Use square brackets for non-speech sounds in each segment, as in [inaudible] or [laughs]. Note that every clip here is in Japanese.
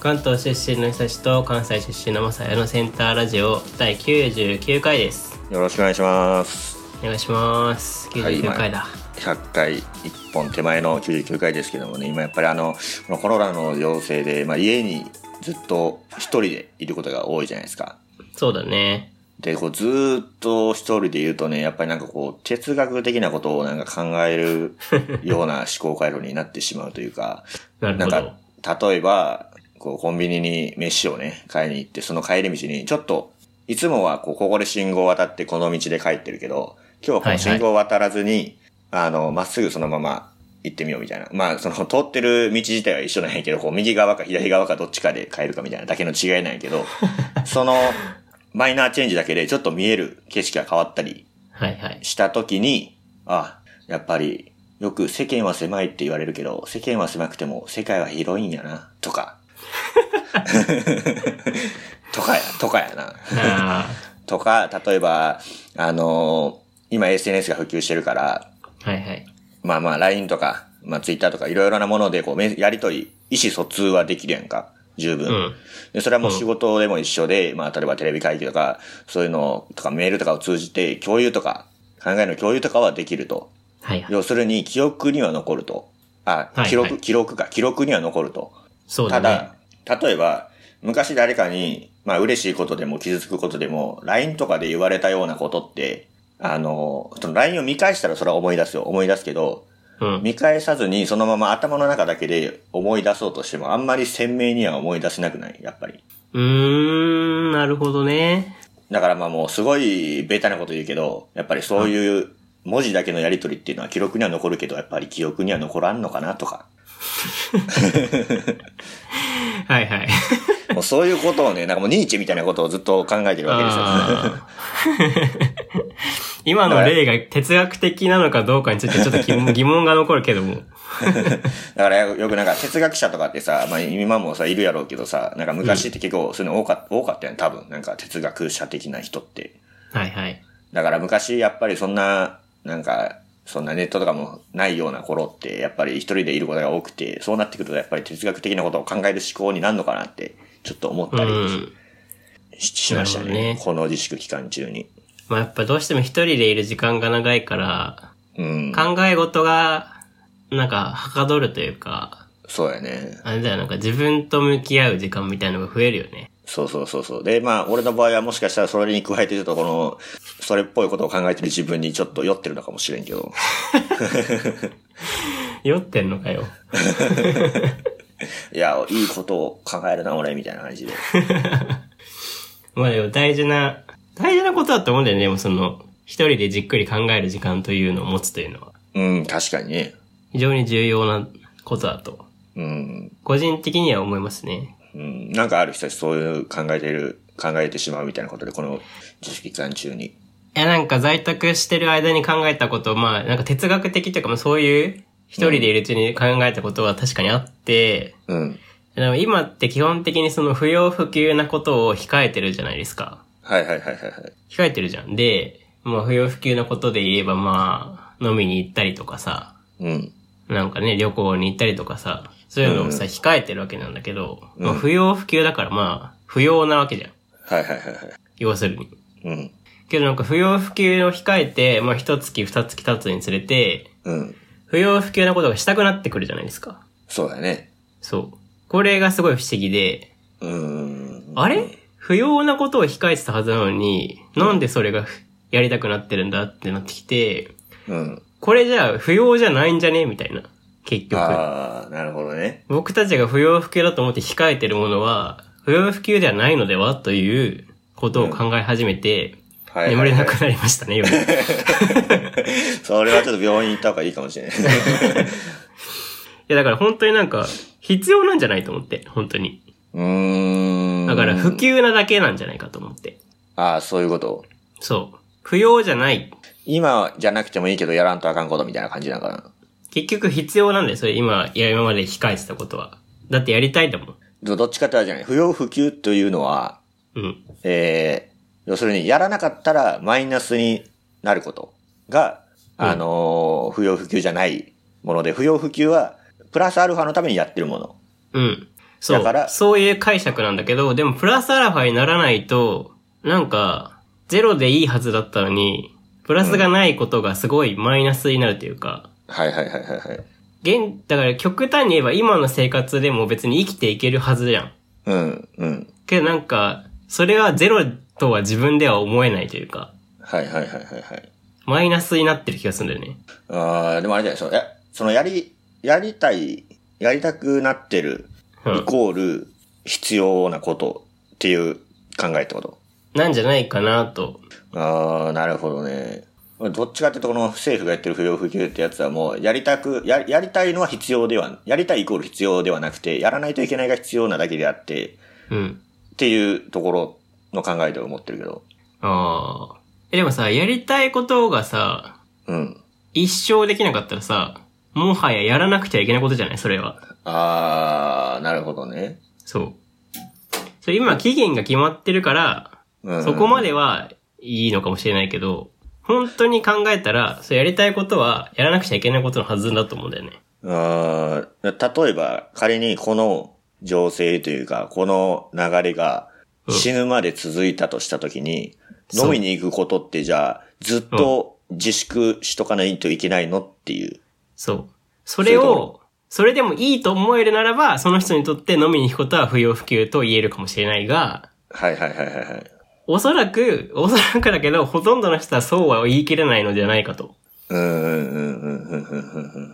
関東出身の久志と関西出身のまさやのセンターラジオ第99回ですよろしくお願いします。お願いします99回だ、 100回1本手前の99回ですけどもね、今やっぱりあの、このコロナの要請で、まあ、家にずっと一人でいることが多いじゃないですか。そうだねで、こうずーっと一人でいるとね、やっぱりなんかこう哲学的なことをなんか考えるような思考回路になってしまうというか、なるなほんどか、例えば、こう、コンビニに飯をね、買いに行って、その帰り道に、ちょっと、いつもは、こう、ここで信号を渡って、この道で帰ってるけど、今日はこはいはのい信号を渡らずに、あの、まっすぐそのまま行ってみようみたいな。まあ、その、通ってる道自体は一緒なんやけど、こう、右側か左側かどっちかで帰るかみたいなだけの違いなんやけど、その、マイナーチェンジだけで、ちょっと見える景色が変わったり、はいはいした時に、あ、やっぱり、よく世間は狭いって言われるけど、世間は狭くても世界は広いんやな、とか。 [laughs] とかや、とかやな。あとか、例えば、あのー今 SNS が普及してるから、ーはいはいまあまあ LINE とか、まあ Twitter とかいろいろなものでこうめ、やりとり、意思疎通はできるやんか。十分。うんで、それはもう仕事でも一緒で、まあ、例えばテレビ会議とか、そういうのとかメールとかを通じて共有とか、考えの共有とかはできると。はいはい要するに、記憶には残ると。あいは、い記録、記録か、記録には残ると。そうだたねだ、例えば、昔誰かに、まあ、嬉しいことでも傷つくことでも、LINE とかで言われたようなことって、あの、その LINE を見返したらそれは思い出すよ。思い出すけど、うん見返さずにそのまま頭の中だけで思い出そうとしても、あんまり鮮明には思い出せなくないやっぱり。うーんなるほどねだからまあもうすごいベタなこと言うけど、やっぱりそういう文字だけのやりとりっていうのは記録には残るけど、やっぱり記憶には残らんのかなとか。はいはいもうそういうことをね、なんかもうニーチェみたいなことをずっと考えてる [laughs] わけですよ。あー [laughs] 今の例が哲学的なのかどうかについてちょっと疑 [laughs] 問疑問が残るけどもだからよくなんか哲学者とかってさ、まあ今もさ、いるやろうけどさ、なんか昔って結構そういうの多か多かったやん、多分。なんか哲学者的な人って。はいはいだから昔やっぱりそんな、なんか、そんなネットとかもないような頃って、やっぱり一人でいることが多くて、そうなってくるとやっぱり哲学的なことを考える思考になるのかなって、ちょっと思っうたりんし,、ましなるほたどねねこの自粛期間中に。まあやっぱどうしても一人でいる時間が長いから、うん。考え事が、なんか、はかどるというか、そうやね。あれだよ、なんか自分と向き合う時間みたいのが増えるよね。そうそうそうそう。で、まあ、俺の場合はもしかしたらそれに加えてちょっとこの、それっぽいことを考えてる自分にちょっと酔ってるのかもしれんけど。酔ってんのかよ。いや、いいことを考えるな、俺、みたいな感じで。まあでも大事な、大事なことだと思うんだよね、でもその、一人でじっくり考える時間というのを持つというのは、うん、確かにね。非常に重要なことだと、うん。個人的には思いますね。うん、なんかある人たちそういう考えてる、考えてしまうみたいなことで、この自粛期間中に。いや、なんか在宅してる間に考えたこと、まあ、なんか哲学的というか、まあそういう、一人でいるうちに考えたことは確かにあって、うん。でも今って基本的にその不要不急なことを控えてるじゃないですか。はいはいはいはいはい。控えてるじゃん。で、まあ不要不急なことで言えばまあ、飲みに行ったりとかさ、うん。なんかね、旅行に行ったりとかさ、そういうのをさ、う控えてるわけなんだけど、まあ不要不急だからまあ、不要なわけじゃん。はいはいはいはい。要するに。うん。けどなんか不要不急を控えて、まあ一月二月経つにつれて、うん。不要不急なことがしたくなってくるじゃないですか。そうだね。そう。これがすごい不思議で、うん。あれ不要なことを控えてたはずなのに、なんでそれがふやりたくなってるんだってなってきて、うん。これじゃあ不要じゃないんじゃねみたいな。結局。ああ、なるほどね。僕たちが不要不急だと思って控えてるものは、不要不急ではないのではということを考え始めて、はいはい、眠れなはくなりました [laughs] ね、夜。いい。それはちょっと病院行った方がいいかもしれない。や、だから本当になんか、必要なんじゃないと思って、本当に。うーん。だから不及なだけなんじゃないかと思って。ああ、そういうこと。そう。不要じゃない。今じゃなくてもいいけど、やらんとあかんことみたいな感じなのかな。結局必要なんだよ、それ今、いや今まで控えてたことは。だってやりたいんだもん。どどっちかってあれじゃない。不要不急というのは、うん。えー、要するに、やらなかったらマイナスになることが、うんあのー不要不急じゃないもので、不要不急は、プラスアルファのためにやってるもの。うん。そう。だからそういう解釈なんだけど、でもプラスアルファにならないと、なんか、ゼロでいいはずだったのに、プラスがないことがすごいマイナスになるというか、はいはいはいはいはい。現、だから極端に言えば今の生活でも別に生きていけるはずじゃん。うん、うん。けどなんか、それはゼロとは自分では思えないというか、はいはいはいはいはい。マイナスになってる気がするんだよね。あーでもあれじゃないそのえ、そのやり、やりたい、やりたくなってる、うイん。コール、必要なことっていう考えってことなんじゃないかなと。ああ、なるほどね。どっちかっていうと、この政府がやってる不要不急ってやつはもう、やりたく、や、やりたいのは必要では、やりたいイコール必要ではなくて、やらないといけないが必要なだけであって、うん。っていうところの考えで思ってるけど。ああ。え、でもさ、やりたいことがさ、うん。一生できなかったらさ、もはややらなくちゃいけないことじゃないそれは。ああ、なるほどね。そう。それ今期限が決まってるから、うん、そこまではいいのかもしれないけど、本当に考えたら、そうやりたいことはやらなくちゃいけないことのはずだと思うんだよね。あー例えば、仮にこの情勢というか、この流れがうん死ぬまで続いたとしたときに、そう飲みに行くことってじゃあ、ずっと自粛しとかないといけないのっていう。そう。それそういうを、それでもいいと思えるならば、その人にとって飲みに行くことは不要不急と言えるかもしれないが、はいはいはいはいはい。おそらく、おそらくだけど、ほとんどの人はそうは言い切れないのではないかとうーん、うん、うん、うん、うん、うんう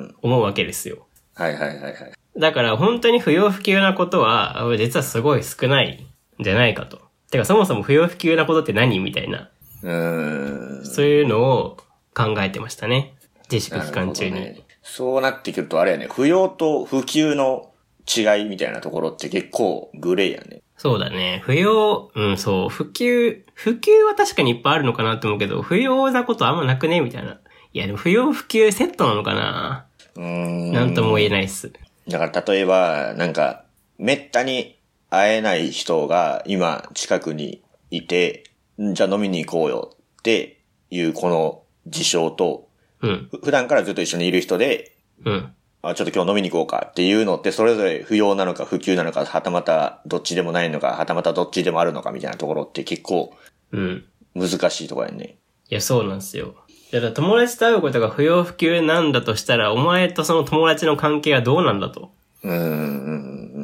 ん。思うわけですよ。はいはいはいはい。だから本当に不要不急なことは、実はすごい少ないんじゃないかと。てかそもそも不要不急なことって何みたいな、うーん。そういうのを考えてましたね。自粛期間中に。なるほどねそうなってくるとあれやね、不要と不急の違いみたいなところって結構グレーやね。そうだね。不要、うん、そう。普及、普及は確かにいっぱいあるのかなって思うけど、不要なことあんまなくねみたいな。いや、でも不要不急セットなのかなうーん。なんとも言えないっす。だから例えば、なんか、めったに会えない人が今近くにいて、んじゃあ飲みに行こうよっていうこの事象と、うん、ふ普段からずっと一緒にいる人で、うん。あ、ちょっと今日飲みに行こうかっていうのってそれぞれ不要なのか不急なのか、はたまたどっちでもないのか、はたまたどっちでもあるのかみたいなところって結構うん。難しいところやね。いや、そうなんですよ。だから友達と会うことが不要不急なんだとしたら、お前とその友達の関係はどうなんだと。うーんうんう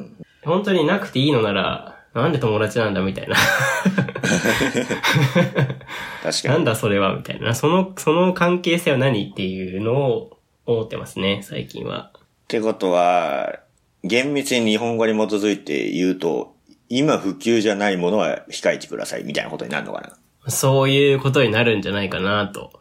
ん。本当になくていいのなら、なんで友達なんだみたいな。確かなに。んだそれはみたいな。その、その関係性は何っていうのを思ってますね、最近は。ってことは、厳密に日本語に基づいて言うと、今普及じゃないものは控えてくださいみたいなことになるのかな。そういうことになるんじゃないかなと。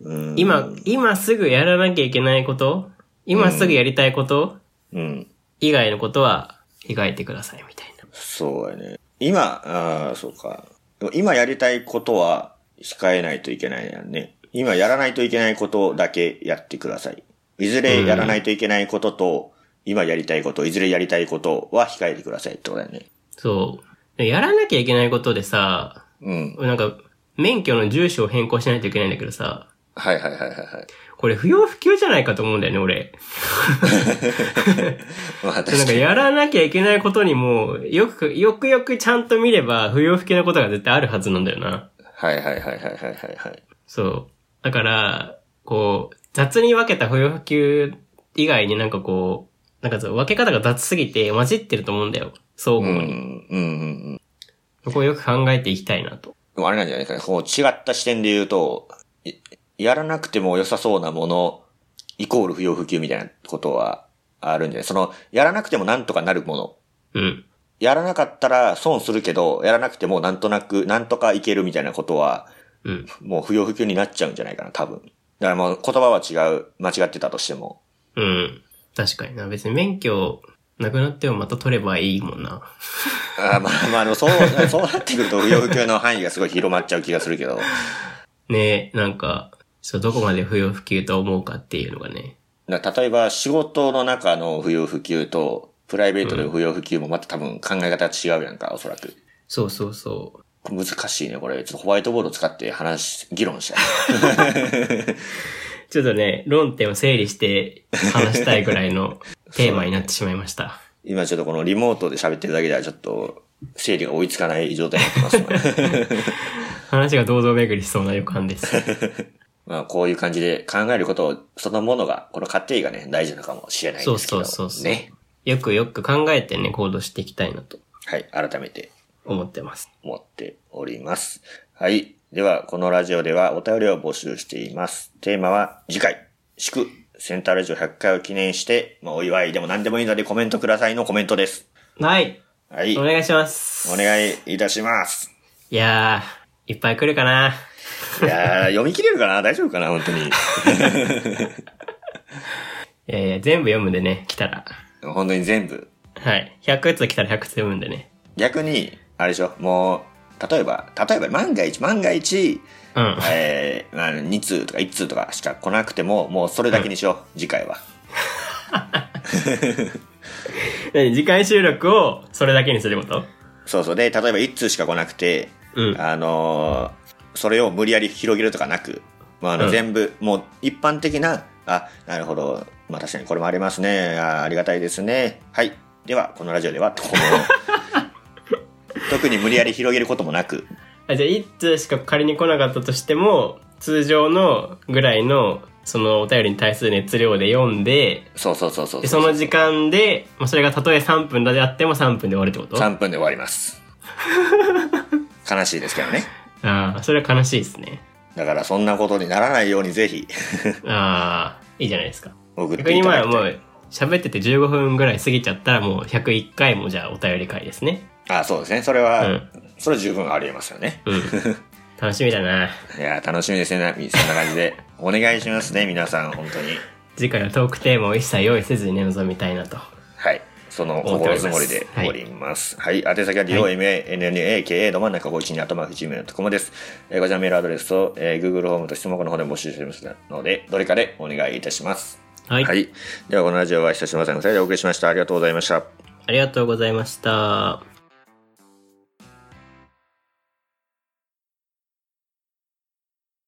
うん。今、今すぐやらなきゃいけないこと、今すぐやりたいことうん。以外のことは控えてくださいみたいな。そうやね。今、ああ、そうか。でも今やりたいことは控えないといけないやんね。今やらないといけないことだけやってください。いずれやらないといけないことと、今やりたいこと、いずれやりたいことは控えてくださいってことだよね。そう。でやらなきゃいけないことでさ、うん。なんか、免許の住所を変更しないといけないんだけどさ、はいはいはいはいはい。これ不要不急じゃないかと思うんだよね、俺。まあ確なんかかに。やらなきゃいけないことにも、よく、よくよくちゃんと見れば、不要不急なことが絶対あるはずなんだよな。はいはいはいはいはいはいはい。そう。だから、こう、雑に分けた不要不急以外になんかこう、なんかそう分け方が雑すぎて混じってると思うんだよ。相う互ん、うに。ん、うんうん。そこをよく考えていきたいなと。でもあれなんじゃないですかね。こう違った視点で言うと、いやらなくても良さそうなもの、イコール不要不急みたいなことはあるんじゃないその、やらなくてもなんとかなるもの。うん。やらなかったら損するけど、やらなくてもなんとなく、なんとかいけるみたいなことは、うん。もう不要不急になっちゃうんじゃないかな、多分。だからもう言葉は違う、間違ってたとしても。うん。確かにな。別に免許、なくなってもまた取ればいいもんな。あーまあまあ、でもそう、そうなってくると不要不急の範囲がすごい広まっちゃう気がするけど。ねえ、なんか、そう、どこまで不要不急と思うかっていうのがね。な例えば仕事の中の不要不急と、プライベートでの不要不急もまた多分考え方違うやんか、おそらく。そうそうそう。難しいね、これ。ちょっとホワイトボード使って話し、議 [laughs] 論したい。 [laughs] ちょっとね、論点を整理して話したいぐらいのテーマになってしまいました。今ちょっとこのリモートで喋ってるだけではちょっと整理が追いつかない状態になってま [laughs] すね。話が堂々巡りしそうな予感です。まあこういう感じで考えることを、そのものが、この過程がね、大事なのかもしれないですけど。そうそうそうそうね。よくよく考えてね、行動していきたいなとはい、改めて思ってます。思っております。はい。では、このラジオではお便りを募集しています。テーマは次回、祝、センターラジオ100回を記念して、まあ、お祝いでも何でもいいのでコメントくださいのコメントです。はい。はい。おお願いします。願いいたします。いやー、いっぱい来るかな。いやー、読み切れるかな大丈夫かな本当に。いやいや、全部読むんでね、来たら。本当に全部。はい。100通来たら100通読むんでね。逆に、あれでしょ、もう、例えば、例えば万が一、万が一、うん。えー、まあ2通とか1通とかしか来なくても、もうそれだけにしよう。次回は。 [laughs] 何次回収録をそれだけにすることそうそう。で、例えば1通しか来なくて、うん。 [laughs] あのーそれを無理やり広げるとかなく、まあ、あのうん全部、もう一般的な、あ、なるほど、まあ確かにこれもありますね。あありがたいですね。はい。では、このラジオでは、この、 [laughs] 特に無理やり広げることもなく、あじゃあ、1通しか仮に来なかったとしても、通常のぐらいの、そのお便りに対する熱量で読んで、そうそうそうそうでその時間で、まあ、それがたとえ3分だであっても3分で終わるってことあ3分で終わります。悲しいですけどね。あー、それは悲しいですね。だからそんなことにならないようにぜひああ、いいじゃないですか。送っ逆てにいたまだあきもたい。う、喋ってて15分ぐらい過ぎちゃったらもう101回もじゃあお便り会ですね。あそうですね。それうは、ん。それは十分ありえますよね。 [laughs] うん。楽しみだな。いやー楽しみですね。なそんな感じで。お願いしますね、皆さん、本当に。次回はトークテーマを一切用意せずにね、臨みたいなと。はい。その心づもりでおります。はい。宛先は DOMANNAKA ど真ん中51に頭口名のとこもです。えーこちらメールアドレスと、えー Google ホームと質問箱の方で募集しておりますので、どれかでお願いいたします。はい。はい。では、このラジオは久島さんの2人でお送りしました。ありがとうございました。ありがとうございました。